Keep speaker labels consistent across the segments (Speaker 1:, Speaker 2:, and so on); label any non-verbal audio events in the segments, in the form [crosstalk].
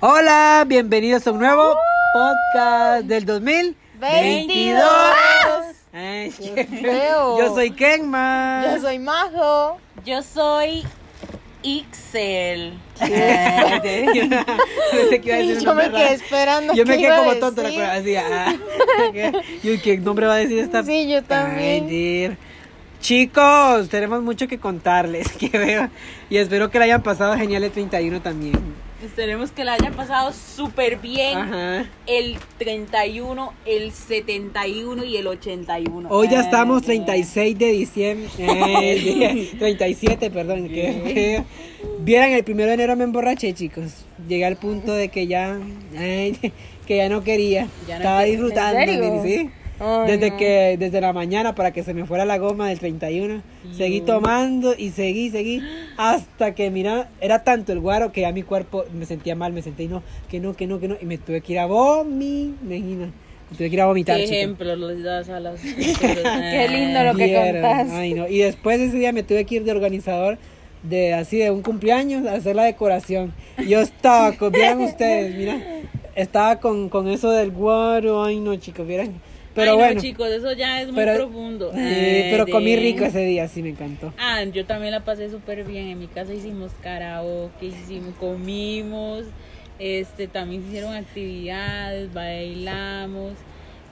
Speaker 1: Hola, bienvenidos a un nuevo podcast del 2022. Ay,
Speaker 2: Qué feo.
Speaker 1: [laughs] Yo soy Kenma.
Speaker 2: Yo soy Majo.
Speaker 3: Yo soy Ixel.
Speaker 1: Ah, te- yo [laughs] pensé que iba a
Speaker 2: Y
Speaker 1: decir un
Speaker 2: yo me
Speaker 1: nombre
Speaker 2: quedé
Speaker 1: raro.
Speaker 2: esperando.
Speaker 1: Yo me
Speaker 2: qué
Speaker 1: quedé
Speaker 2: iba a
Speaker 1: como tonto, ¿te
Speaker 2: decir.
Speaker 1: acuerdas? Así, ah, [laughs] Yo, ¿qué nombre va a decir esta?
Speaker 2: Sí, yo también.
Speaker 1: Ay, dear. Chicos, tenemos mucho que contarles, [laughs] que veo. Y espero que la hayan pasado genial el 31 también.
Speaker 3: Esperemos que la hayan pasado súper bien.
Speaker 1: Ajá.
Speaker 3: El 31, el 71 y el 81.
Speaker 1: Hoy ya estamos
Speaker 3: Eh,
Speaker 1: 36 de diciembre. [laughs] eh, 37, perdón. que- Vieran, el primero de enero me emborraché, chicos. Llegué al punto de que ya. ay, [laughs] que ya no quería.
Speaker 3: Ya no
Speaker 1: Estaba
Speaker 3: quería.
Speaker 1: disfrutando,
Speaker 2: ¿En serio?
Speaker 1: mire, ¿sí?
Speaker 2: Ay,
Speaker 1: desde
Speaker 2: no.
Speaker 1: que desde la mañana para que se me fuera la goma del 31 seguí tomando y seguí seguí hasta que mira era tanto el guaro que ya mi cuerpo me sentía mal me sentí no que no que no que no y me tuve que ir a vomi imagina me tuve que ir a vomitar
Speaker 3: ¿Qué
Speaker 1: chico.
Speaker 3: ejemplo les das a
Speaker 1: [laughs]
Speaker 3: las.
Speaker 2: Qué
Speaker 3: Qué
Speaker 2: lindo lo que
Speaker 1: Vieron,
Speaker 2: contás.
Speaker 1: ay, no. Y después ese día me tuve que ir de organizador de así de un cumpleaños a hacer la decoración. Yo estaba con,
Speaker 4: [laughs]
Speaker 1: vieran ustedes, mira, estaba con, con eso del guaro, ay no chicos, vieran. Pero
Speaker 3: Ay, no,
Speaker 1: bueno,
Speaker 3: chicos, eso ya es muy
Speaker 1: pero,
Speaker 3: profundo.
Speaker 1: Sí,
Speaker 3: Eh,
Speaker 1: pero comí
Speaker 3: de-
Speaker 1: rico ese día, sí me encantó.
Speaker 3: Ah, yo también la pasé súper bien. En mi casa hicimos karaoke, hicimos, comimos, este, también hicieron actividades, bailamos,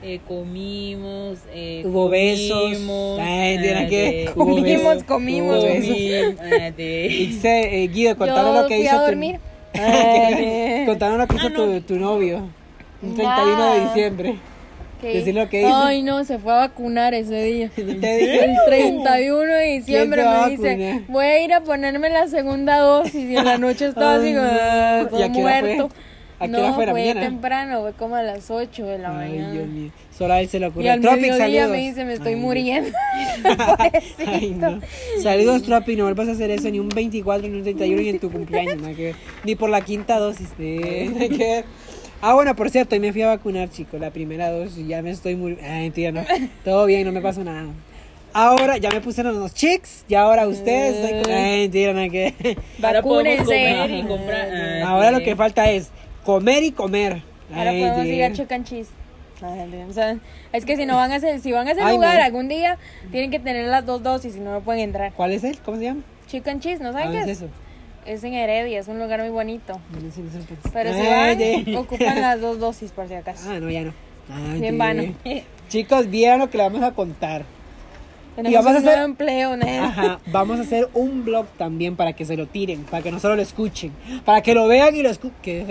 Speaker 3: eh, comimos, eh,
Speaker 1: Hubo besos.
Speaker 3: comimos,
Speaker 1: Ay, mira
Speaker 3: eh,
Speaker 1: que
Speaker 3: hubo
Speaker 1: hubo
Speaker 2: Comimos,
Speaker 1: besos.
Speaker 2: comimos.
Speaker 1: Hubo
Speaker 3: comimos,
Speaker 1: besos.
Speaker 3: eh, de-
Speaker 1: Dice, eh, Guido, contaron
Speaker 2: Yo
Speaker 1: lo que
Speaker 2: fui
Speaker 1: hizo.
Speaker 2: a
Speaker 1: tu-
Speaker 2: dormir.
Speaker 1: Ay, [laughs] contaron lo que hizo
Speaker 3: Ah, no.
Speaker 1: tu, tu novio. Un 31 de
Speaker 2: Nada.
Speaker 1: diciembre.
Speaker 2: Ok.
Speaker 1: Decir lo que hizo.
Speaker 4: Ay, no, se fue a vacunar ese día.
Speaker 1: Te dije.
Speaker 4: El 31 de diciembre
Speaker 1: ¿Quién se va a
Speaker 4: me dice,
Speaker 1: vacunar?
Speaker 4: voy a ir a ponerme la segunda dosis y en
Speaker 1: [laughs]
Speaker 4: la noche estaba
Speaker 1: Ay,
Speaker 4: así como,
Speaker 1: no.
Speaker 4: "Ah,
Speaker 1: ¿Y a
Speaker 4: todo
Speaker 1: qué hora fue?
Speaker 4: muerto.
Speaker 1: ¿A qué
Speaker 4: no,
Speaker 1: hora fue? ¿En la
Speaker 4: fue
Speaker 1: mañana?
Speaker 4: temprano, fue como a las 8 de la
Speaker 1: Ay, Dios
Speaker 4: mañana.
Speaker 1: mío. Solo a él se le
Speaker 4: Y
Speaker 1: ocurrió.
Speaker 4: al
Speaker 1: Tropic,
Speaker 4: mediodía me
Speaker 1: saludos.
Speaker 4: dice, me estoy
Speaker 1: Ay,
Speaker 4: muriendo.
Speaker 1: Ay, no. Saludos, Tropi. No vuelvas a hacer eso ni un 24, ni un 31, ni en tu cumpleaños. nada que ver. Ni por la quinta dosis. eh, [laughs] nada que ver. Ah, bueno, por cierto, y me fui a vacunar, chicos. La primera dosis. Ya me estoy muriendo. Ay, mentira, no. Todo bien, no me pasó nada. Ahora ya me pusieron los chicks. Y ahora ustedes. estoy
Speaker 4: Eh.
Speaker 1: con- Ay, mentira, nada que ver.
Speaker 3: Ahora
Speaker 4: [laughs]
Speaker 3: podemos
Speaker 4: Vacúnense.
Speaker 3: comer y comprar. ah,
Speaker 1: Ahora
Speaker 3: de-
Speaker 1: lo que falta es comer y comer.
Speaker 4: Eh, Ahora
Speaker 1: Ay,
Speaker 4: podemos ir a
Speaker 1: mentira.
Speaker 4: Chuck and Cheese. Ándale, o sea, es que si no van a ese, si van a ese
Speaker 1: Ay,
Speaker 4: lugar
Speaker 1: no.
Speaker 4: algún día, tienen que tener las dos dosis, si no, no pueden entrar.
Speaker 1: ¿Cuál es él? ¿Cómo se llama?
Speaker 4: Chuck and Cheese, ¿no
Speaker 1: Ah,
Speaker 4: saben qué
Speaker 1: es
Speaker 4: es?
Speaker 1: eso.
Speaker 4: Es en Heredia, es un lugar muy bonito.
Speaker 1: No sé, no sé, pues.
Speaker 4: Pero si
Speaker 1: Ay,
Speaker 4: van,
Speaker 1: de- [laughs]
Speaker 4: ocupan las dos dosis por si acaso.
Speaker 1: Ah, no, ya no. Ay,
Speaker 4: Bien
Speaker 1: de- [laughs]
Speaker 4: vano.
Speaker 1: Chicos, vieron lo que le vamos a contar.
Speaker 4: [laughs] Tenemos
Speaker 1: vamos
Speaker 4: un
Speaker 1: a hacer-
Speaker 4: nuevo empleo, Ned.
Speaker 1: Ajá, vamos a hacer un blog también para que se lo tiren, para que no solo lo escuchen, para que lo vean y lo escuchen.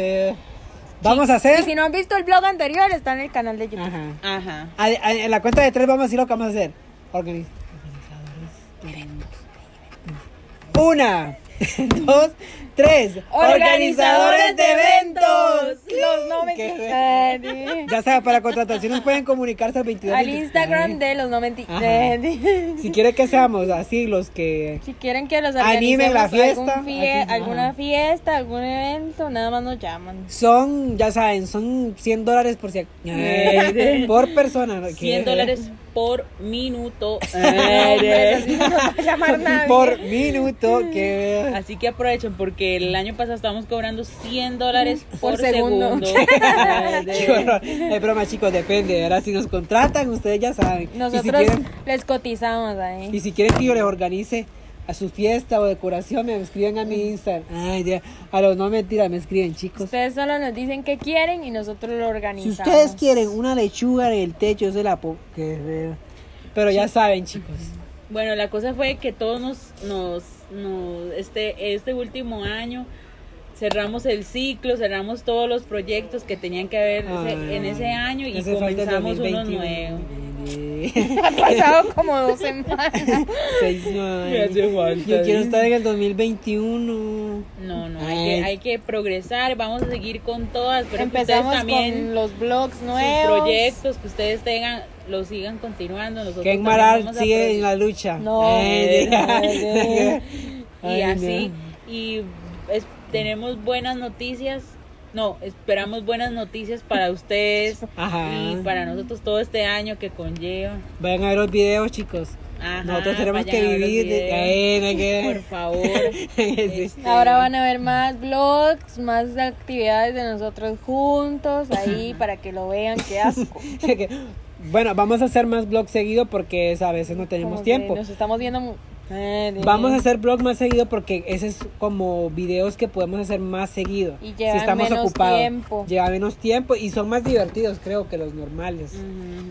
Speaker 1: Vamos a
Speaker 4: Y si
Speaker 1: hacer.
Speaker 4: no han visto el blog anterior, está en el canal de YouTube.
Speaker 1: Ajá.
Speaker 3: Ajá.
Speaker 1: A- a- En la cuenta de tres vamos a decir lo que vamos a hacer. Organiz- organizadores de eventos. Una, [laughs] dos, tres.
Speaker 4: ¡Organizadores de eventos!
Speaker 1: Los
Speaker 4: Qué re-
Speaker 1: Ya saben, para contrataciones pueden comunicarse al 22.
Speaker 4: Al Instagram de los 90.
Speaker 1: Ajá.
Speaker 4: de-
Speaker 1: Si quiere que seamos así los que
Speaker 4: Si quieren que los
Speaker 1: Animen
Speaker 4: organicemos
Speaker 1: la fiesta.
Speaker 4: algún fie-
Speaker 1: Ajá.
Speaker 4: alguna fiesta, algún evento, nada más nos llaman.
Speaker 1: son, ya saben, son 100 dólares por si ac- Ay, [laughs] por persona. ¿no?
Speaker 3: 100
Speaker 1: ¿Qué? [laughs]
Speaker 3: dólares por minuto.
Speaker 4: [laughs] No,
Speaker 3: ah, de-
Speaker 4: pues, así no nos va a llamar nadie.
Speaker 1: por minuto. Que [laughs]
Speaker 3: Así que aprovechen porque el año pasado estábamos cobrando 100 dólares por,
Speaker 4: Por segundo.
Speaker 1: [laughs]
Speaker 3: segundo.
Speaker 1: Qué horror. Es broma, chicos, depende. Ahora, si nos contratan, ustedes ya saben. Y si
Speaker 4: Nosotros
Speaker 1: quieren,
Speaker 4: les cotizamos ahí.
Speaker 1: y si quieren que yo les organice a su fiesta o decoración, me escriben a
Speaker 3: Mm.
Speaker 1: mi Instagram. Ay, ya. A los no mentira, me escriben, chicos.
Speaker 4: Ustedes solo nos dicen qué quieren y nosotros lo
Speaker 1: Si
Speaker 4: organizamos.
Speaker 1: ustedes quieren una lechuga en el techo, yo se la pongo. Qué feo. Pero ya saben, chicos.
Speaker 3: Bueno, la cosa fue que todos nos, nos, nos- este, este último año cerramos el ciclo, cerramos todos los proyectos que tenían que ver
Speaker 1: Ay,
Speaker 3: en ese año y
Speaker 1: hace falta el
Speaker 3: comenzamos uno
Speaker 1: 2021.
Speaker 3: nuevo.
Speaker 4: [laughs] Ha pasado como dos semanas.
Speaker 1: Seis, no,
Speaker 3: [laughs] Me hace falta,
Speaker 1: Yo quiero
Speaker 3: ¿eh?
Speaker 1: estar en el 2021.
Speaker 3: No, no, hay que,
Speaker 1: Ay.
Speaker 3: hay que progresar, vamos a seguir con todas, pero que ustedes
Speaker 4: Empezamos
Speaker 3: también
Speaker 4: con los blogs
Speaker 3: sus
Speaker 4: nuevos.
Speaker 3: proyectos que ustedes tengan, los sigan continuando. Nosotros
Speaker 1: Ken
Speaker 3: también
Speaker 1: Maral
Speaker 3: vamos a
Speaker 1: sigue
Speaker 3: progresar.
Speaker 1: en la lucha. Eh, [laughs] Ay,
Speaker 4: No, no,
Speaker 1: de-
Speaker 3: y
Speaker 1: Ay,
Speaker 3: así
Speaker 1: no.
Speaker 3: y es- tenemos buenas noticias No, esperamos buenas noticias para ustedes
Speaker 1: Ajá.
Speaker 3: y para nosotros todo este año que conlleva.
Speaker 1: Vayan a ver los videos, chicos.
Speaker 3: Ajá,
Speaker 1: Nosotros tenemos
Speaker 3: vayan
Speaker 1: que
Speaker 3: a ver los
Speaker 1: vivir. de-
Speaker 3: videos,
Speaker 1: Ay, no hay que-
Speaker 3: [laughs] Por favor.
Speaker 1: [laughs] Sí.
Speaker 3: Este,
Speaker 4: Ahora van a ver más vlogs, más actividades de nosotros juntos
Speaker 1: [laughs]
Speaker 4: ahí para que lo vean, qué asco.
Speaker 1: Que- Bueno, vamos a hacer más blogs seguido porque es- a veces no tenemos
Speaker 4: Como que
Speaker 1: tiempo.
Speaker 4: Nos estamos viendo. mu- Eh, Ay, Dios
Speaker 1: Vamos a
Speaker 4: mío.
Speaker 1: hacer blogs más seguido porque ese es como videos que podemos hacer más seguido.
Speaker 4: Y llevan menos tiempo.
Speaker 1: Lleva menos tiempo y son más divertidos, creo, que los normales.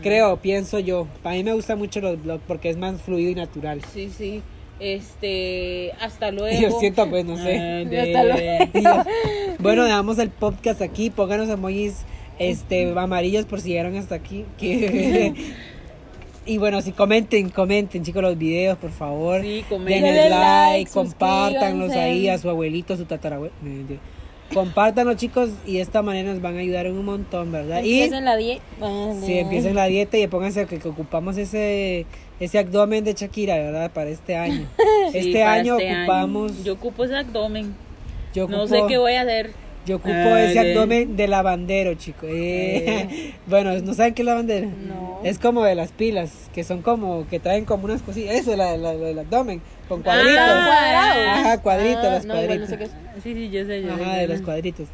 Speaker 1: Creo, pienso yo. A mí me gustan mucho los blogs porque es más fluido y natural.
Speaker 3: Sí, sí. Este, hasta luego.
Speaker 1: Y Yo siento, pues, no sé.
Speaker 3: Ah,
Speaker 4: Ya está
Speaker 3: de-
Speaker 1: Y ya. Bueno, dejamos el podcast aquí. Pónganos emojis este, amarillos por si llegaron hasta aquí.
Speaker 3: [laughs]
Speaker 1: Que- y bueno, si comenten, comenten, chicos, los videos, por favor.
Speaker 3: Sí, comenten.
Speaker 1: Denle
Speaker 4: Denle
Speaker 1: like,
Speaker 4: like,
Speaker 1: compártanlos
Speaker 4: suscríbanse.
Speaker 1: ahí a su abuelito, a su tatarabuelo. No, mentira. Compártanlos, chicos, y de esta manera nos van a ayudar un montón, ¿verdad? Y
Speaker 4: Empiecen la dieta.
Speaker 1: si empiecen la dieta y pónganse que, que ocupamos ese ese abdomen de Shakira, ¿verdad? Para este año.
Speaker 3: [laughs]
Speaker 1: [laughs]
Speaker 3: Sí,
Speaker 1: este
Speaker 3: para
Speaker 1: año
Speaker 3: este año.
Speaker 1: ocupamos.
Speaker 3: Yo ocupo ese abdomen.
Speaker 1: yo
Speaker 3: No
Speaker 1: ocupo-
Speaker 3: sé qué voy a hacer.
Speaker 1: yo ocupo
Speaker 3: Ah,
Speaker 1: ese
Speaker 3: ya.
Speaker 1: abdomen de lavandero, chico. Eh, [laughs] bueno, ¿no saben qué es lavandero?
Speaker 4: No.
Speaker 1: Es como de las pilas, que son como, que traen como unas cosillas. Eso, la, la- la- el abdomen, con cuadritos.
Speaker 4: Ah,
Speaker 3: Ah,
Speaker 4: cuadrados. Ah,
Speaker 1: Ajá, cuadritos, los
Speaker 4: no, igual no
Speaker 1: cuadritos.
Speaker 4: sé qué es.
Speaker 3: Sí, sí, yo sé. Yo
Speaker 1: Ajá,
Speaker 3: sé,
Speaker 1: de
Speaker 3: yo
Speaker 1: los
Speaker 3: sé.
Speaker 1: cuadritos.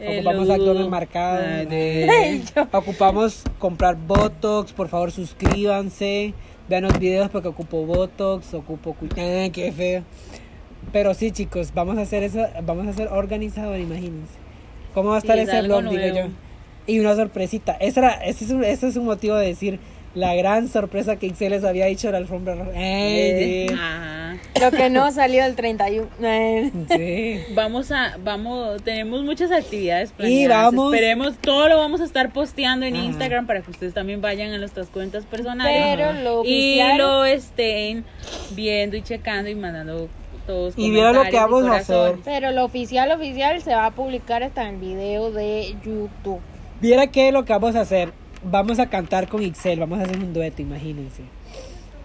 Speaker 3: Eh,
Speaker 1: Ocupamos
Speaker 3: lo
Speaker 1: abdomen
Speaker 3: dudo.
Speaker 1: marcado.
Speaker 3: Ay,
Speaker 1: [laughs] eh, Ocupamos comprar Botox. Por favor, suscríbanse. Vean los videos porque ocupo Botox. Ocupo. cu- Ay, qué feo. Pero sí, chicos, vamos a hacer eso. Vamos a ser organizador, imagínense. ¿Cómo va a
Speaker 3: Sí,
Speaker 1: estar
Speaker 3: es
Speaker 1: ese
Speaker 3: algo
Speaker 1: blog, digo yo?
Speaker 3: nuevo.
Speaker 1: Y una sorpresita. Ese, era, ese, es un, ese es un motivo de decir la gran sorpresa que Ixel les había dicho de la alfombra roja. Ay, sí.
Speaker 3: Ajá.
Speaker 4: Lo que no salió
Speaker 1: [laughs]
Speaker 4: el 31. Ay.
Speaker 1: Sí.
Speaker 3: Vamos a, vamos, tenemos muchas actividades planeadas.
Speaker 1: Y vamos-
Speaker 3: Esperemos, todo lo vamos a estar posteando en
Speaker 1: Ajá.
Speaker 3: Instagram para que ustedes también vayan a nuestras cuentas personales.
Speaker 4: Pero lo
Speaker 3: y
Speaker 4: oficial.
Speaker 3: lo estén viendo y checando y mandando todos
Speaker 1: Y vean lo que
Speaker 3: comentarios y
Speaker 1: vamos a hacer.
Speaker 3: corazones.
Speaker 4: Pero lo oficial, oficial, se va a publicar hasta en video de YouTube.
Speaker 1: Viera que lo que vamos a hacer, vamos a cantar con Ixel, vamos a hacer un dueto, imagínense.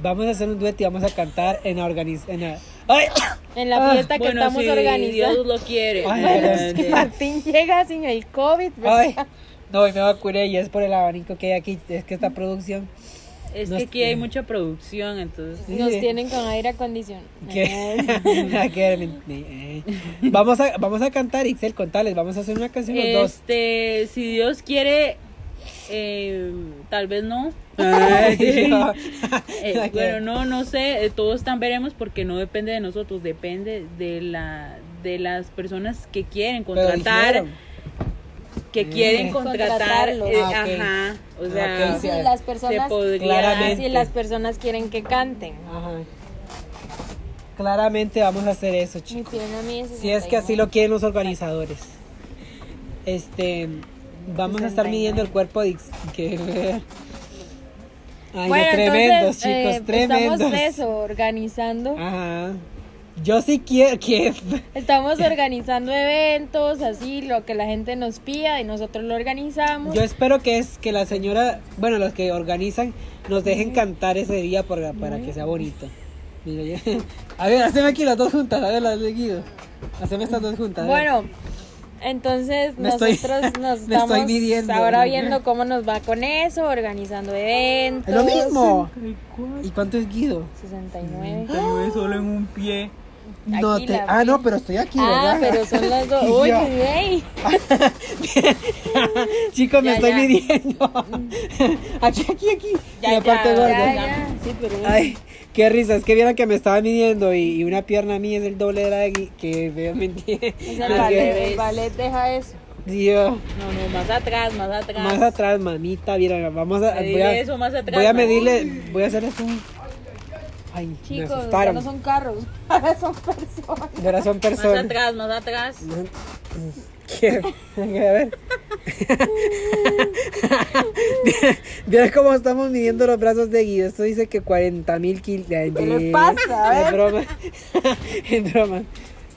Speaker 1: Vamos a hacer un dueto y vamos a cantar en la organiz... en la- ¡Ay!
Speaker 4: En la
Speaker 1: Ah,
Speaker 4: fiesta que
Speaker 3: Bueno,
Speaker 4: estamos
Speaker 3: si
Speaker 4: organizando. [laughs]
Speaker 3: Dios lo quiere.
Speaker 1: Ay,
Speaker 3: Eh,
Speaker 1: Dios.
Speaker 4: Martín llega sin el COVID. pues, ¿verdad?
Speaker 1: ¡Ay! No, y me vacuné y es por el abanico que hay aquí, es que esta producción.
Speaker 3: es
Speaker 1: No
Speaker 3: que aquí hay
Speaker 1: estoy-
Speaker 3: mucha producción, entonces.
Speaker 1: Sí.
Speaker 4: Nos tienen con aire acondicionado.
Speaker 1: que- [laughs] que- eh, vamos, a, vamos a cantar, Ixel, contales, vamos a hacer una canción los dos.
Speaker 3: Este, si Dios quiere, eh, tal vez no.
Speaker 1: [laughs]
Speaker 3: [laughs]
Speaker 1: No. [laughs]
Speaker 3: Eh,
Speaker 1: Ok.
Speaker 3: bueno, no, no sé, eh, todos tan veremos porque no depende de nosotros, depende de la de las personas que quieren
Speaker 1: Pero
Speaker 3: contratar,
Speaker 1: dijeron,
Speaker 3: que quieren
Speaker 1: Eh.
Speaker 3: contratar,
Speaker 4: Contratarlos.
Speaker 3: eh,
Speaker 1: Ah, ok.
Speaker 3: ajá, o
Speaker 1: Ah,
Speaker 3: sea,
Speaker 1: ok,
Speaker 4: [laughs] Si
Speaker 1: sí.
Speaker 4: las personas, Ah,
Speaker 3: se podría-
Speaker 1: Claramente.
Speaker 4: si las personas quieren que canten.
Speaker 1: ajá. Claramente vamos a hacer eso, chicos.
Speaker 4: Mi pierna mía es
Speaker 1: Si es que así lo quieren los organizadores. Este, vamos a estar
Speaker 4: 69.
Speaker 1: midiendo el cuerpo de Ix- que Ay, no,
Speaker 4: Bueno,
Speaker 1: tremendos,
Speaker 4: entonces, eh,
Speaker 1: chicos, tremendos.
Speaker 4: Estamos eso, organizando.
Speaker 1: Ajá. Yo sí quiero que
Speaker 4: Estamos organizando eventos, así lo que la gente nos pida y nosotros lo organizamos.
Speaker 1: yo espero que es que la señora, bueno, los que organizan nos dejen cantar ese día para, para que sea bonito. Mira, ya. [laughs] A ver, haceme aquí las dos juntas, a ver las de Guido. Haceme estas dos juntas. a ver.
Speaker 4: Bueno, entonces
Speaker 1: Me estoy-
Speaker 4: nosotros nos
Speaker 1: [laughs] me estoy
Speaker 4: estamos
Speaker 1: midiendo,
Speaker 4: ahora
Speaker 1: ¿no?
Speaker 4: viendo cómo nos va con eso, organizando eventos.
Speaker 1: es lo mismo. ¿Y cuánto es Guido?
Speaker 4: 69.
Speaker 1: Mm.
Speaker 3: solo en un pie.
Speaker 1: No
Speaker 4: Aquí
Speaker 1: te-
Speaker 4: la-
Speaker 1: ah, no, pero estoy aquí,
Speaker 4: Ah,
Speaker 1: ¿verdad? [laughs]
Speaker 4: pero son las dos. Uy,
Speaker 1: Ya.
Speaker 4: ey.
Speaker 1: Chicos, me
Speaker 4: Ya,
Speaker 1: estoy
Speaker 4: ya.
Speaker 1: midiendo. aquí, aquí, aquí. y aparte gorda. Ah,
Speaker 4: Ya, ya. Sí, pero
Speaker 1: Ay, qué risa. Es que vieron que me estaba midiendo y, y una pierna mía es el doble de la de Gui- Que veo mentira.
Speaker 4: es
Speaker 3: al
Speaker 4: el
Speaker 3: Ah,
Speaker 4: ballet,
Speaker 3: sí.
Speaker 4: el ballet deja eso.
Speaker 1: Dios.
Speaker 3: No, no, más atrás, más atrás.
Speaker 1: Más atrás, mamita. Mira, vamos a. Voy
Speaker 3: Medirle
Speaker 1: a,
Speaker 3: eso más atrás,
Speaker 1: voy a
Speaker 3: ¿no?
Speaker 1: medirle. Voy a hacer esto. Ay, me
Speaker 4: Chicos, ya
Speaker 1: asustaron.
Speaker 4: no son carros, ahora son personas.
Speaker 1: Y Ahora son
Speaker 3: más
Speaker 1: personas.
Speaker 3: atrás, más atrás.
Speaker 1: ¿Qué? A ver. Mira cómo estamos midiendo los brazos de Guido. Esto dice que 40 mil kilos. ¿Qué
Speaker 4: le pasa? A
Speaker 1: Es
Speaker 4: ver.
Speaker 1: broma. [laughs] es broma.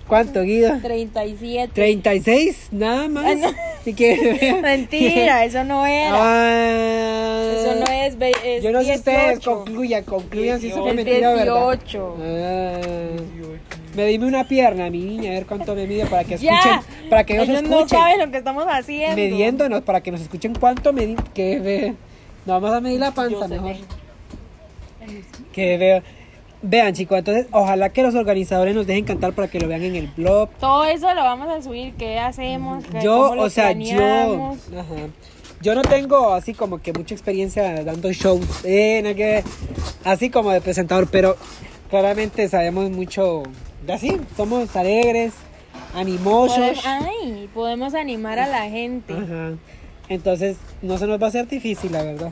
Speaker 1: ¿Cuánto, Guido?
Speaker 4: 37.
Speaker 1: 36, nada más.
Speaker 4: Ah, no.
Speaker 1: Ni que-
Speaker 4: [laughs] Mentira, eso no era.
Speaker 1: [laughs] Ah.
Speaker 4: eso no es. ve- es
Speaker 1: Yo no sé ustedes,
Speaker 4: 18.
Speaker 1: concluyan, concluyan si eso fue
Speaker 4: Es
Speaker 1: mentira o verdad.
Speaker 4: 18.
Speaker 1: Ah. Me dime una pierna, mi niña, a ver cuánto me mide para que escuchen,
Speaker 4: Ya.
Speaker 1: para que ellos,
Speaker 4: Ellos no
Speaker 1: escuchen.
Speaker 4: saben lo que estamos haciendo.
Speaker 1: Mediéndonos para que nos escuchen cuánto medi que ve. No vamos a medir la panza mejor. Que veo. Vean, chicos, entonces ojalá que los organizadores nos dejen cantar para que lo vean en el blog.
Speaker 4: Todo eso lo vamos a subir. ¿Qué hacemos? ¿Qué-
Speaker 1: Yo,
Speaker 4: cómo lo
Speaker 1: o sea,
Speaker 4: planeamos?
Speaker 1: yo. ajá. Yo no tengo así como que mucha experiencia dando shows, eh, no que- así como de presentador, pero claramente sabemos mucho de así. Somos alegres, animosos.
Speaker 4: Podemos, ay, podemos animar a la gente.
Speaker 1: Ajá. Entonces, no se nos va a hacer difícil, la verdad.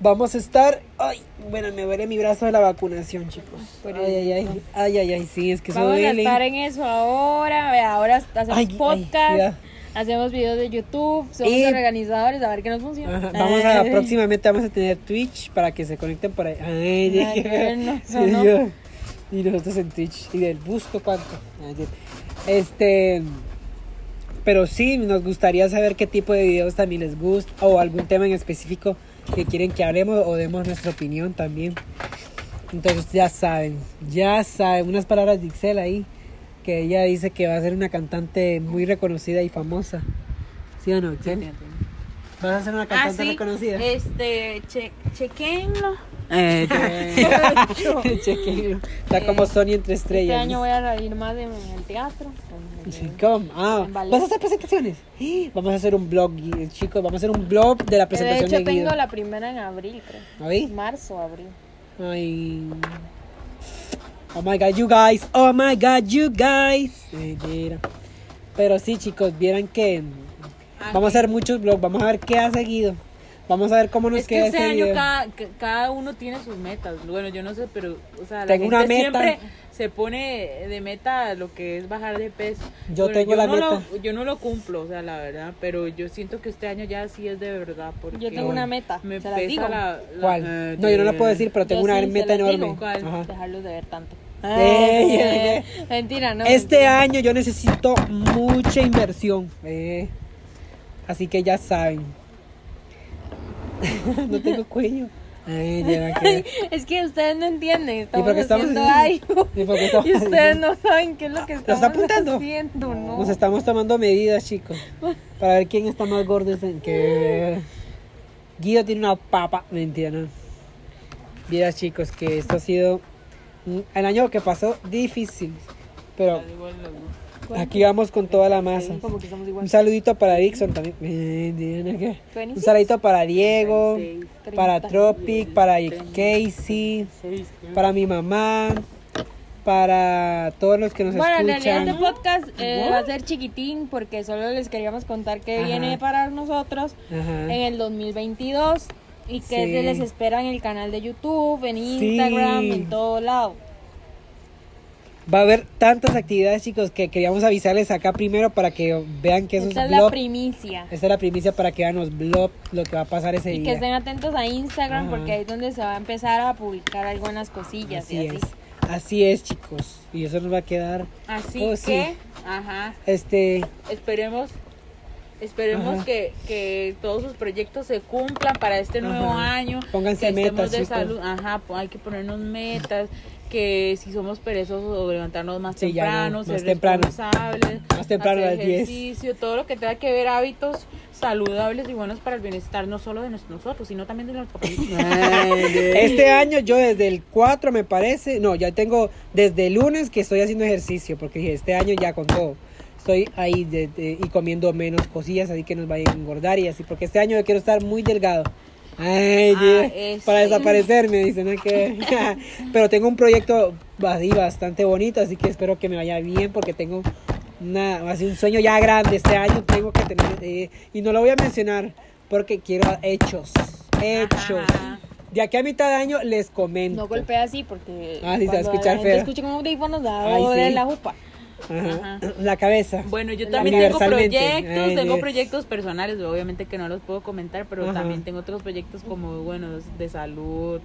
Speaker 1: Vamos a estar. Ay, bueno, me duele mi brazo de la vacunación, chicos. Ay, ay, ay. Ay, ay, ay, sí, es que eso
Speaker 4: Vamos a
Speaker 1: duele.
Speaker 4: estar en eso ahora. vea, Ahora hacemos
Speaker 1: Ay, ay,
Speaker 4: podcast,
Speaker 1: ya.
Speaker 4: hacemos videos de YouTube, somos
Speaker 1: Y-
Speaker 4: organizadores, a ver qué nos funciona.
Speaker 1: Ajá, Vamos a
Speaker 4: Ay, [laughs]
Speaker 1: próximamente vamos a tener Twitch para que se conecten por ahí. Ay,
Speaker 4: Nada
Speaker 1: ya.
Speaker 4: que ver, no,
Speaker 1: Sí,
Speaker 4: no, no.
Speaker 1: yo. Y nosotros en Twitch. Y del busto cuánto. Ay, Dios. Este. Pero sí, nos gustaría saber qué tipo de videos también les gusta o algún tema en específico que quieren que hablemos o demos nuestra opinión también. Entonces ya saben, ya saben, unas palabras de Ixel ahí, que ella dice que va a ser una cantante muy reconocida y famosa. ¿Sí o no, Ixel? ¿Vas a ser
Speaker 4: Ah,
Speaker 1: una cantante reconocida?
Speaker 3: Este, che, chequenlo.
Speaker 4: Este
Speaker 1: Eh, [laughs]
Speaker 4: [laughs]
Speaker 1: que- Chequeo. Está como Sony entre
Speaker 4: Eh, Este
Speaker 1: estrellas.
Speaker 4: año voy a salir más en el teatro.
Speaker 1: Sí, ¿cómo? Ah,
Speaker 4: En ballet.
Speaker 1: ¿Vas a hacer presentaciones? [gasps] ¡Ah! Vamos a hacer un blog, y- eh, chicos. Vamos a hacer un blog de la
Speaker 4: De
Speaker 1: presentación
Speaker 4: hecho,
Speaker 1: de Guido.
Speaker 4: tengo la primera en abril, creo.
Speaker 1: ¿Ahí?
Speaker 4: Marzo, abril.
Speaker 1: Ay. Oh my god, you guys. Oh my god, you guys. Eh, mira. Pero sí, chicos, vieran que vamos a hacer muchos blogs. Vamos a ver qué ha seguido. Vamos a ver cómo nos
Speaker 3: Es que
Speaker 1: queda
Speaker 3: este
Speaker 1: ese
Speaker 3: año
Speaker 1: video.
Speaker 3: cada, ca- cada uno tiene sus metas. Bueno, yo no sé, pero o sea, la
Speaker 1: Tengo
Speaker 3: gente
Speaker 1: una meta.
Speaker 3: siempre se pone de meta lo que es bajar de peso.
Speaker 1: Yo tengo la
Speaker 3: no
Speaker 1: meta.
Speaker 3: Lo, yo no lo cumplo, o sea, la verdad, pero yo siento que este año ya sí es de verdad. Porque
Speaker 4: Yo tengo una meta,
Speaker 3: Me
Speaker 4: se las
Speaker 3: pesa
Speaker 4: digo.
Speaker 3: la, la- eh,
Speaker 1: ¿Cuál? No, yo no la puedo decir, pero tengo
Speaker 4: Yo
Speaker 1: una
Speaker 4: sí, se
Speaker 1: meta
Speaker 4: las digo.
Speaker 1: enorme.
Speaker 3: ¿Cuál?
Speaker 1: Ajá.
Speaker 4: Dejarlos de ver tanto.
Speaker 1: Ey,
Speaker 4: Eh,
Speaker 1: ey,
Speaker 4: mentira, no.
Speaker 1: Este
Speaker 4: mentira.
Speaker 1: año yo necesito mucha inversión. eh. Así que ya saben. [laughs] no tengo cuello. Ay, ya no quiero.
Speaker 4: Es que ustedes no entienden. Estamos
Speaker 1: por qué estamos
Speaker 4: haciendo
Speaker 1: haciendo-
Speaker 4: algo.
Speaker 1: ¿Y por qué estamos
Speaker 4: Y ustedes
Speaker 1: haciendo-
Speaker 4: no saben qué es lo que
Speaker 1: está
Speaker 4: estamos
Speaker 1: apuntando?
Speaker 4: haciendo, ¿no?
Speaker 1: Nos estamos tomando medidas, chicos. Para ver quién está más gordo. ese- Que... Guido tiene una papa. Mentira, no. Mira, chicos, que esto ha sido un- el año que pasó difícil. Pero aquí vamos con toda la masa.
Speaker 4: Como que estamos igual.
Speaker 1: Un saludito para Dixon también. Mentira, ¿no? ¿Qué? Un
Speaker 4: 26.
Speaker 1: saludito para Diego,
Speaker 3: 36,
Speaker 1: para
Speaker 4: 30.
Speaker 1: Tropic, para Casey, para mi mamá, para todos los que nos
Speaker 4: Bueno, en realidad este
Speaker 1: escuchan.
Speaker 4: podcast eh, va a ser chiquitín porque solo les queríamos contar que
Speaker 1: Ajá.
Speaker 4: viene para nosotros en
Speaker 1: Ajá.
Speaker 4: el 2022 y que
Speaker 1: Sí.
Speaker 4: les espera en el canal de YouTube, en
Speaker 1: Sí.
Speaker 4: Instagram, en todo lado.
Speaker 1: Va a haber tantas actividades, chicos, que queríamos avisarles acá primero para que vean que esos
Speaker 4: Esta es la
Speaker 1: blogs.
Speaker 4: primicia.
Speaker 1: Esta es la primicia para que vean los blogs, lo que va a pasar ese
Speaker 4: Y
Speaker 1: día.
Speaker 4: que estén atentos a Instagram
Speaker 1: Ajá.
Speaker 4: porque ahí es donde se va a empezar a publicar algunas cosillas
Speaker 1: así,
Speaker 4: y así.
Speaker 1: es. Así es, chicos. Y eso nos va a quedar.
Speaker 3: Así
Speaker 1: Oh,
Speaker 3: que,
Speaker 1: sí.
Speaker 3: ajá,
Speaker 1: Este.
Speaker 3: esperemos esperemos
Speaker 1: Ajá.
Speaker 3: que, que todos sus proyectos se cumplan para este nuevo
Speaker 1: Ajá.
Speaker 3: año
Speaker 1: Pónganse
Speaker 3: que estemos
Speaker 1: metas,
Speaker 3: de
Speaker 1: chicos.
Speaker 3: salud ajá po- hay que ponernos metas que si somos perezosos o levantarnos más
Speaker 1: Sí, ya no,
Speaker 3: temprano ser
Speaker 1: más temprano.
Speaker 3: responsables
Speaker 1: Más temprano, a
Speaker 3: hacer
Speaker 1: las 10.
Speaker 3: ejercicio todo lo que tenga que ver hábitos saludables y buenos para el bienestar no solo de nos- nosotros sino también de
Speaker 1: [laughs]
Speaker 3: los papelitos
Speaker 1: Este año yo desde el 4 me parece, no, ya tengo desde el lunes que estoy haciendo ejercicio, porque dije, este año ya con todo. Estoy ahí de- de- y comiendo menos cosillas, así que nos vaya a engordar y así, porque este año yo quiero estar muy delgado. Ay,
Speaker 3: Ah,
Speaker 1: Dios,
Speaker 3: es-
Speaker 1: para desaparecer, me dicen. ¿no? Que- [laughs] Pero tengo un proyecto así bastante bonito, así que espero que me vaya bien, porque tengo una, así un sueño ya grande este año. Tengo que tener, eh, y no lo voy a mencionar, porque quiero hechos. Hechos.
Speaker 3: Ajá.
Speaker 1: De aquí a mitad de año les comento.
Speaker 4: No golpea así porque
Speaker 1: Ah, sí, se va a
Speaker 4: cuando
Speaker 1: escuchar
Speaker 4: la gente
Speaker 1: feo.
Speaker 4: escucha con audífonos da
Speaker 1: Ay,
Speaker 4: dolor en
Speaker 1: sí.
Speaker 4: la jupa.
Speaker 1: Ajá.
Speaker 3: Ajá.
Speaker 1: La cabeza.
Speaker 3: Bueno, yo también tengo
Speaker 1: Universalmente.
Speaker 3: proyectos,
Speaker 1: Ay,
Speaker 3: tengo
Speaker 1: Dios.
Speaker 3: proyectos personales, obviamente que no los puedo comentar, pero
Speaker 1: Ajá.
Speaker 3: también tengo otros proyectos como, bueno, de salud,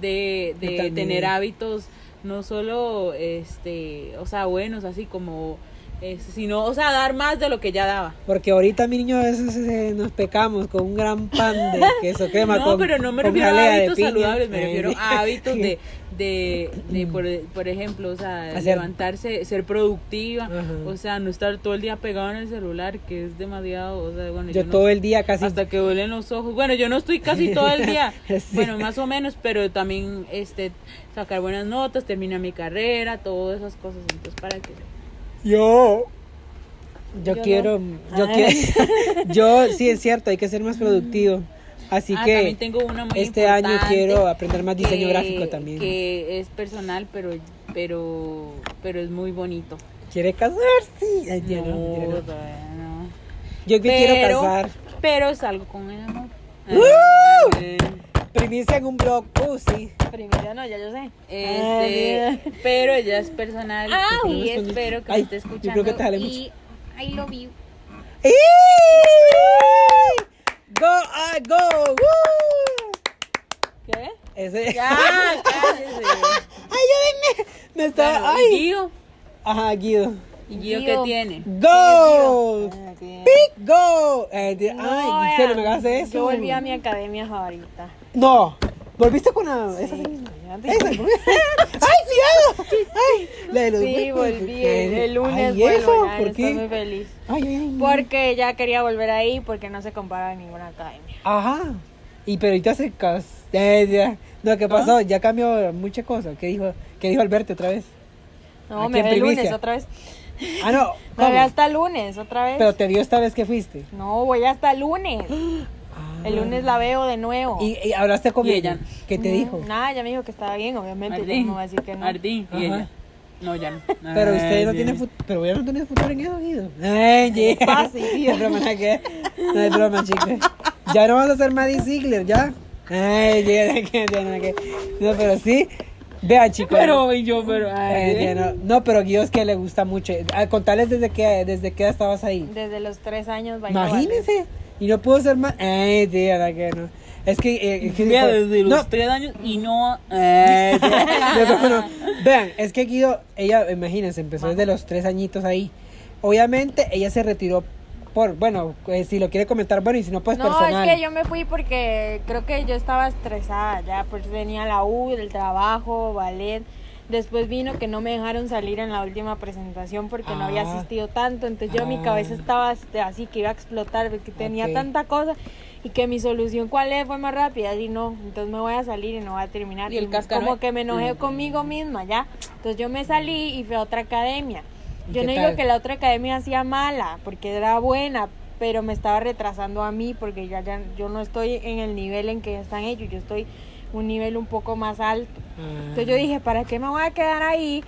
Speaker 3: de,
Speaker 1: Yo
Speaker 3: de
Speaker 1: también.
Speaker 3: tener hábitos, no solo, este, o sea, buenos, así como Es- sino, o sea, dar más de lo que ya daba.
Speaker 1: Porque ahorita, mi niño, a veces eh, nos pecamos con un gran pan de queso crema.
Speaker 3: No,
Speaker 1: con-
Speaker 3: pero no me
Speaker 1: con
Speaker 3: refiero a
Speaker 1: jalea de
Speaker 3: hábitos
Speaker 1: piña. Eh.
Speaker 3: saludables, me
Speaker 1: Ay,
Speaker 3: refiero
Speaker 1: sí.
Speaker 3: a hábitos
Speaker 1: [laughs]
Speaker 3: de, de, de, por, por ejemplo, o sea,
Speaker 1: Hacer-
Speaker 3: levantarse, ser productiva,
Speaker 1: Ajá.
Speaker 3: o sea, no estar todo el día pegado en el celular, que es demasiado, o sea, bueno,
Speaker 1: Yo
Speaker 3: no-
Speaker 1: todo el día casi.
Speaker 3: hasta que duelen los ojos. Bueno, yo no estoy casi todo el día,
Speaker 1: [laughs] Sí.
Speaker 3: bueno, más o menos, pero también este sacar buenas notas, terminar mi carrera, todas esas cosas, entonces para que
Speaker 1: Yo. Yo,
Speaker 4: Yo no.
Speaker 1: quiero. Yo
Speaker 4: Ah.
Speaker 1: quiero. yo, sí, es cierto, hay que ser más productivo. Así
Speaker 3: Ah,
Speaker 1: que
Speaker 3: también tengo una muy
Speaker 1: este año
Speaker 3: importante,
Speaker 1: quiero aprender más diseño
Speaker 3: que-
Speaker 1: gráfico también.
Speaker 3: Que es personal, pero pero pero es muy bonito.
Speaker 1: quiere casarse. Ay, ya no,
Speaker 3: No,
Speaker 1: ya no.
Speaker 3: todavía no.
Speaker 1: Yo que quiero
Speaker 3: Pero-
Speaker 1: casar.
Speaker 3: Pero salgo con el amor. Eh,
Speaker 1: Primicia en un blog. Uh, sí.
Speaker 4: Primero no, ya yo sé.
Speaker 3: este,
Speaker 4: Ah,
Speaker 3: pero ella es personal
Speaker 4: Au.
Speaker 3: y espero que
Speaker 1: Ah, Ay,
Speaker 3: me esté
Speaker 1: yo creo
Speaker 3: escuchando
Speaker 1: que te jalé
Speaker 3: y I love you.
Speaker 1: ¡Ey! Go, ah, go. woo.
Speaker 3: ¿Qué?
Speaker 1: Ese.
Speaker 3: Ya,
Speaker 1: [laughs]
Speaker 3: cállese.
Speaker 1: Ayúdenme. Me está.
Speaker 3: Bueno,
Speaker 1: ay.
Speaker 3: ¿y Guido?
Speaker 1: Ajá, Guido.
Speaker 3: ¿Y Guido qué
Speaker 4: Guido.
Speaker 3: tiene?
Speaker 1: Go.
Speaker 4: ok.
Speaker 1: Pick go. Eh, de-
Speaker 4: No,
Speaker 1: Oh. ay, se lo me hagas
Speaker 4: vean,
Speaker 1: eso.
Speaker 4: Yo volví a mi academia favorita.
Speaker 1: No. ¿Volviste con la esa sí. Esa. [laughs] ¡Ay, cuidado! ¡Ay! La de los
Speaker 4: Sí,
Speaker 1: huecos.
Speaker 4: volví. El,
Speaker 1: Eh,
Speaker 4: el lunes
Speaker 1: ay,
Speaker 4: vuelvo,
Speaker 1: eso?
Speaker 4: ya,
Speaker 1: ¿Por
Speaker 4: estoy muy
Speaker 1: qué?
Speaker 4: feliz.
Speaker 1: Ay, ay, ay.
Speaker 4: Porque ya quería volver ahí porque no se compara a ninguna academia.
Speaker 1: Ajá. Y pero ahorita se cas... eh, ya. No,
Speaker 4: ¿Ah?
Speaker 1: ¿qué pasó? Ya cambió mucha cosa. ¿Qué dijo? ¿Qué dijo Alberto otra vez?
Speaker 4: No,
Speaker 1: Aquí
Speaker 4: me
Speaker 1: en
Speaker 4: ve el lunes
Speaker 1: primicia.
Speaker 4: otra vez.
Speaker 1: Ah,
Speaker 4: [laughs]
Speaker 1: no.
Speaker 4: Me ve
Speaker 1: ¿cómo?
Speaker 4: hasta el lunes otra vez.
Speaker 1: Pero te vio esta vez que fuiste.
Speaker 4: No, voy hasta el lunes.
Speaker 1: [gasps]
Speaker 4: El Mm, lunes la veo de nuevo.
Speaker 1: Ah. ¿Y, y hablaste con
Speaker 3: Y
Speaker 1: ella?
Speaker 3: ella.
Speaker 1: ¿Qué te dijo?
Speaker 4: Nada, ella me dijo que estaba bien, obviamente. yo
Speaker 3: Martín.
Speaker 4: no voy a decir que no.
Speaker 3: Martín y
Speaker 1: Ajá.
Speaker 3: ella. No, ya no.
Speaker 1: [laughs] Pero usted no
Speaker 3: Ay,
Speaker 1: tiene
Speaker 3: sí.
Speaker 1: futuro. Pero ya no tiene futuro en eso, Guido. Ay, yeah. [laughs]
Speaker 4: Fácil.
Speaker 1: Es broma, ¿no? ¿Qué? No es broma, chicos. Ya no vas a ser Maddie Ziegler, ¿ya? Ay, yeah, ¿no? ¿Qué? Ya, ¿no? ¿Qué? No, pero sí. Vea, chicos.
Speaker 3: Pero y yo, pero ay,
Speaker 1: Ay, ya, no. No, pero Guido es que le gusta mucho. A contarles desde qué, desde qué edad estabas ahí.
Speaker 4: Desde los tres años bailaba.
Speaker 1: Imagínense. Y no pudo ser más. Ay, tía, la que no. Es que. eh, es que-
Speaker 3: Vea, desde los
Speaker 1: no,
Speaker 3: tres años
Speaker 1: [laughs]
Speaker 3: y no. ay,
Speaker 1: yo creo que no. Vean, es que Guido, ella, imagínense, empezó desde los tres añitos ahí. Obviamente, ella se retiró por. Bueno, eh, si lo quiere comentar, bueno, y si no, pues
Speaker 4: No,
Speaker 1: personal.
Speaker 4: es que yo me fui porque creo que yo estaba estresada ya, pues tenía la U, el trabajo, ballet. Después vino que no me dejaron salir en la última presentación porque no había
Speaker 1: Ah.
Speaker 4: asistido tanto, entonces yo mi
Speaker 1: Ah.
Speaker 4: cabeza estaba este, así que iba a explotar porque tenía
Speaker 1: Ok.
Speaker 4: tanta cosa y que mi solución cuál es fue más rápida y no, entonces me voy a salir y no voy a terminar.
Speaker 3: ¿Y el cascarón?
Speaker 4: como que me enojé
Speaker 3: Mm.
Speaker 4: conmigo misma ya, entonces yo me salí y fui a otra academia.
Speaker 1: ¿Y
Speaker 4: Yo
Speaker 1: qué
Speaker 4: no
Speaker 1: tal?
Speaker 4: digo que la otra academia hacía mala, porque era buena, pero me estaba retrasando a mí porque ya, ya yo no estoy en el nivel en que están ellos, yo estoy un nivel un poco más alto.
Speaker 1: Ah.
Speaker 4: Entonces yo dije, ¿para qué me voy a quedar ahí?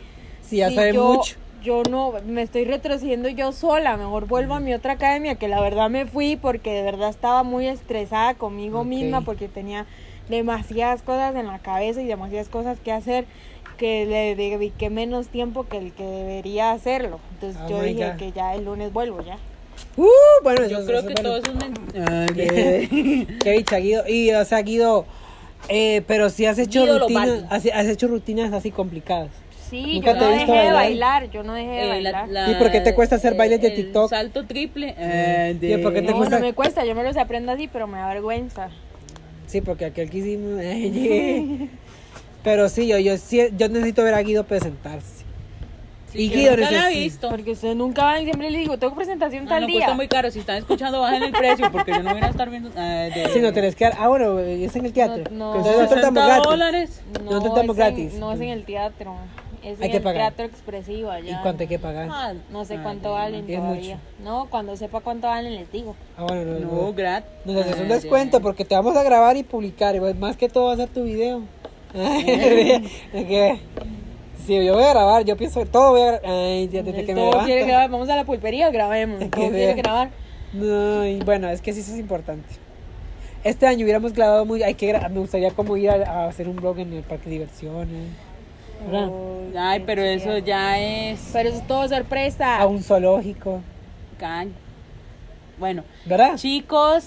Speaker 1: Si ya
Speaker 4: si
Speaker 1: saben
Speaker 4: yo,
Speaker 1: mucho.
Speaker 4: Yo no, me estoy retrocediendo yo sola, mejor vuelvo a mi otra academia, que la verdad me fui porque de verdad estaba muy estresada conmigo
Speaker 1: Ok.
Speaker 4: misma porque tenía demasiadas cosas en la cabeza y demasiadas cosas que hacer que le dediqué menos tiempo que el que debería hacerlo. Entonces
Speaker 1: Oh
Speaker 4: yo
Speaker 1: my
Speaker 4: dije
Speaker 1: God.
Speaker 4: que ya el lunes vuelvo ya.
Speaker 1: Uh, bueno,
Speaker 3: Yo
Speaker 1: eso-
Speaker 3: creo
Speaker 1: eso
Speaker 3: que
Speaker 1: fue lo-
Speaker 3: todo es un. men-
Speaker 1: [laughs] Qué qué bicha, Guido. Y, o sea, Guido. eh, pero si has hecho
Speaker 3: Guido
Speaker 1: rutinas,
Speaker 3: Lombardi.
Speaker 1: has, has hecho rutinas así complicadas.
Speaker 4: Sí,
Speaker 1: Nunca
Speaker 4: yo
Speaker 1: te
Speaker 4: no
Speaker 1: he
Speaker 4: dejé
Speaker 1: visto
Speaker 4: de
Speaker 1: bailar.
Speaker 4: bailar, yo no dejé de
Speaker 3: [laughs] Eh,
Speaker 4: bailar.
Speaker 1: ¿Y por qué te cuesta hacer bailes de
Speaker 3: el
Speaker 1: TikTok? Mm.
Speaker 3: Salto triple. eh,
Speaker 1: ¿Y por qué te
Speaker 4: no,
Speaker 1: cuesta?
Speaker 4: no me cuesta, yo me los aprendo así, pero me da vergüenza.
Speaker 1: Sí, porque aquel que hicimos. [laughs] ay, yeah. Pero sí, yo, yo, sí- yo necesito ver a Guido presentarse.
Speaker 3: Sí,
Speaker 1: y
Speaker 3: yo
Speaker 1: Guido
Speaker 3: nunca la he
Speaker 1: necesita-
Speaker 3: visto.
Speaker 4: Porque ustedes nunca van, siempre les digo, tengo presentación
Speaker 3: Ah,
Speaker 4: tal
Speaker 3: no
Speaker 4: día.
Speaker 3: cuesta muy caro. Si están escuchando, bajen el precio porque yo no voy a estar viendo. eh, de-
Speaker 1: Si no tenés que dar. Ah, bueno, es en el teatro.
Speaker 4: No, no.
Speaker 1: Entonces no
Speaker 3: 60
Speaker 1: tratamos gratis.
Speaker 3: dólares.
Speaker 1: No tratamos
Speaker 4: es en-
Speaker 1: gratis.
Speaker 4: no es en el teatro, es
Speaker 1: Hay
Speaker 4: en
Speaker 1: que
Speaker 4: el
Speaker 1: pagar.
Speaker 4: teatro expresivo allá.
Speaker 1: ¿Y cuánto hay que pagar? Ah,
Speaker 3: Ah,
Speaker 4: No sé
Speaker 3: Ah,
Speaker 4: cuánto
Speaker 3: ya,
Speaker 4: valen
Speaker 1: es
Speaker 4: todavía.
Speaker 1: mucho.
Speaker 4: No, cuando sepa cuánto valen les digo.
Speaker 1: Ah, bueno, no.
Speaker 3: No,
Speaker 1: no.
Speaker 3: gratis.
Speaker 1: Nos haces un
Speaker 3: Ah,
Speaker 1: descuento
Speaker 3: ya.
Speaker 1: porque te vamos a grabar y publicar. y pues, Más que todo va a ser tu video. [laughs] Es que, si yo voy a grabar, yo pienso que todo voy a grabar. Ay, ya desde
Speaker 4: Entonces,
Speaker 1: que me
Speaker 4: todo quiere
Speaker 1: levanto.
Speaker 4: grabar, vamos a la pulpería, grabemos.
Speaker 1: Hay que
Speaker 4: Todo quiere
Speaker 1: ver.
Speaker 4: grabar.
Speaker 1: No, y bueno, es que sí, eso es importante. Este año hubiéramos grabado muy. Hay que gra- me gustaría como ir a, a hacer un blog en el parque de diversiones. ¿verdad?
Speaker 4: Uy,
Speaker 3: Ay,
Speaker 4: qué
Speaker 3: pero eso
Speaker 4: chido.
Speaker 3: ya es.
Speaker 4: Pero eso es todo sorpresa.
Speaker 1: A un zoológico.
Speaker 3: Caño. Bueno,
Speaker 1: ¿Verdad?
Speaker 3: chicos,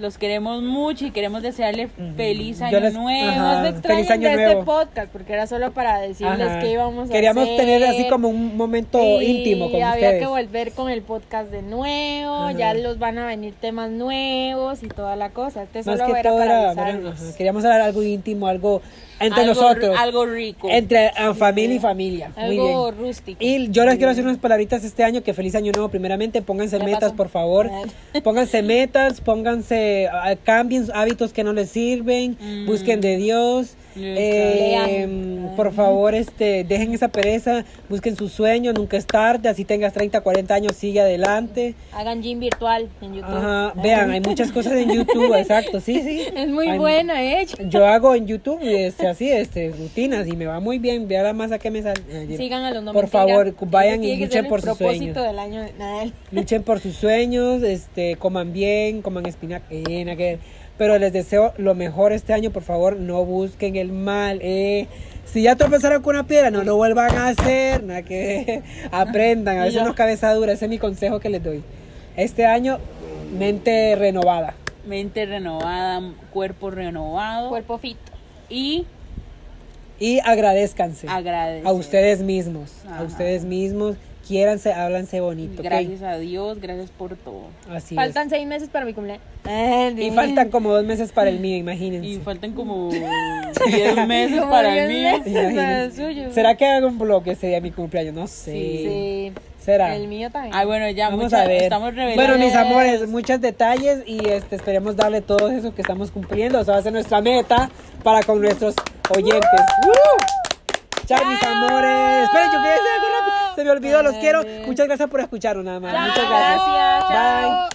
Speaker 3: Los queremos mucho y queremos desearle feliz
Speaker 1: Yo
Speaker 3: año
Speaker 1: les-
Speaker 3: nuevo.
Speaker 1: Ajá,
Speaker 4: No se extrañen
Speaker 1: Ah, feliz año
Speaker 4: de
Speaker 1: nuevo.
Speaker 4: este podcast, porque era solo para decirles
Speaker 1: Ajá.
Speaker 4: que íbamos a
Speaker 1: Queríamos
Speaker 4: hacer.
Speaker 1: tener así como un momento
Speaker 4: Sí,
Speaker 1: íntimo con
Speaker 4: había
Speaker 1: ustedes.
Speaker 4: que volver con el podcast de nuevo,
Speaker 1: Ajá.
Speaker 4: ya los van a venir temas nuevos y toda la cosa.
Speaker 1: Más
Speaker 4: Este solo
Speaker 1: que
Speaker 4: era
Speaker 1: todo
Speaker 4: para
Speaker 1: era,
Speaker 4: avisarlos.
Speaker 1: ajá, queríamos hablar algo íntimo, algo entre
Speaker 3: algo,
Speaker 1: nosotros,
Speaker 3: Algo rico.
Speaker 1: entre ah, familia y familia. Muy
Speaker 4: Algo
Speaker 1: bien.
Speaker 4: rústico.
Speaker 1: Y yo les quiero hacer unas palabritas este año, que feliz año nuevo primeramente, pónganse
Speaker 3: Ya
Speaker 1: metas
Speaker 3: pasó.
Speaker 1: por favor, [laughs] pónganse metas, pónganse, ah, cambien hábitos que no les sirven,
Speaker 3: Mm.
Speaker 1: busquen de Dios,
Speaker 3: Mm,
Speaker 1: eh,
Speaker 4: claro.
Speaker 1: em, por favor este, dejen esa pereza, busquen sus sueños, nunca es tarde, así tengas 30, 40 años, sigue adelante.
Speaker 4: Hagan gym virtual en YouTube.
Speaker 1: Ajá, vean, hay muchas cosas en YouTube, exacto, sí, sí.
Speaker 4: [laughs] Es muy
Speaker 1: Hay-
Speaker 4: buena, ¿eh?
Speaker 1: Yo hago en YouTube este, así, este, rutinas y me va muy bien. Vea la masa que me sale.
Speaker 4: Sigan a los no
Speaker 1: Por
Speaker 4: mentira.
Speaker 1: favor,
Speaker 4: Ese
Speaker 1: vayan y
Speaker 4: tiene que
Speaker 1: luchen
Speaker 4: ser
Speaker 1: por
Speaker 4: el
Speaker 1: sus
Speaker 4: propósito
Speaker 1: sueños.
Speaker 4: del año. Nada,
Speaker 1: Luchen por sus sueños, este, coman bien, coman espinaca. eh, nada que ver. Pero les deseo lo mejor este año, por favor, no busquen el mal. eh. Si ya tropezaron con una piedra, no lo vuelvan a hacer. Nada que ver. [laughs] aprendan, a veces nos cabeza dura. Ese es mi consejo que les doy. Este año, mente renovada.
Speaker 3: Mente renovada, cuerpo renovado.
Speaker 4: Cuerpo fit.
Speaker 3: Y
Speaker 1: Y agradezcanse.
Speaker 3: agradecer.
Speaker 1: a ustedes mismos, a
Speaker 3: Ajá.
Speaker 1: ustedes mismos, quiéranse, háblanse bonito, ¿ok?
Speaker 3: Gracias a Dios, gracias por todo.
Speaker 1: Así
Speaker 4: Faltan seis meses para mi cumpleaños.
Speaker 1: es. Y
Speaker 4: [laughs]
Speaker 1: faltan como dos meses para el mío, imagínense.
Speaker 3: Y faltan
Speaker 1: [laughs]
Speaker 3: como 10 meses
Speaker 4: Como
Speaker 3: para
Speaker 4: diez
Speaker 3: mí.
Speaker 4: meses para el
Speaker 1: Imagínense.
Speaker 4: suyo.
Speaker 1: ¿Será que hago un blog ese día de mi cumpleaños? No sé.
Speaker 4: Sí.
Speaker 1: ¿Será?
Speaker 4: El mío también.
Speaker 3: Ay, bueno, ya
Speaker 1: Vamos
Speaker 3: mucha-
Speaker 1: a ver.
Speaker 3: estamos revelando.
Speaker 1: bueno, mis amores, muchos detalles y este, esperemos darle todo eso que estamos cumpliendo. O sea, va a ser nuestra meta para con nuestros oyentes. ¡Woo! Chao, mis amores. Esperen, yo quería decir algo rápido. Se me olvidó, los quiero. Muchas gracias por escucharnos, nada más. Muchas gracias.
Speaker 4: Gracias.
Speaker 1: Bye.
Speaker 4: Chao.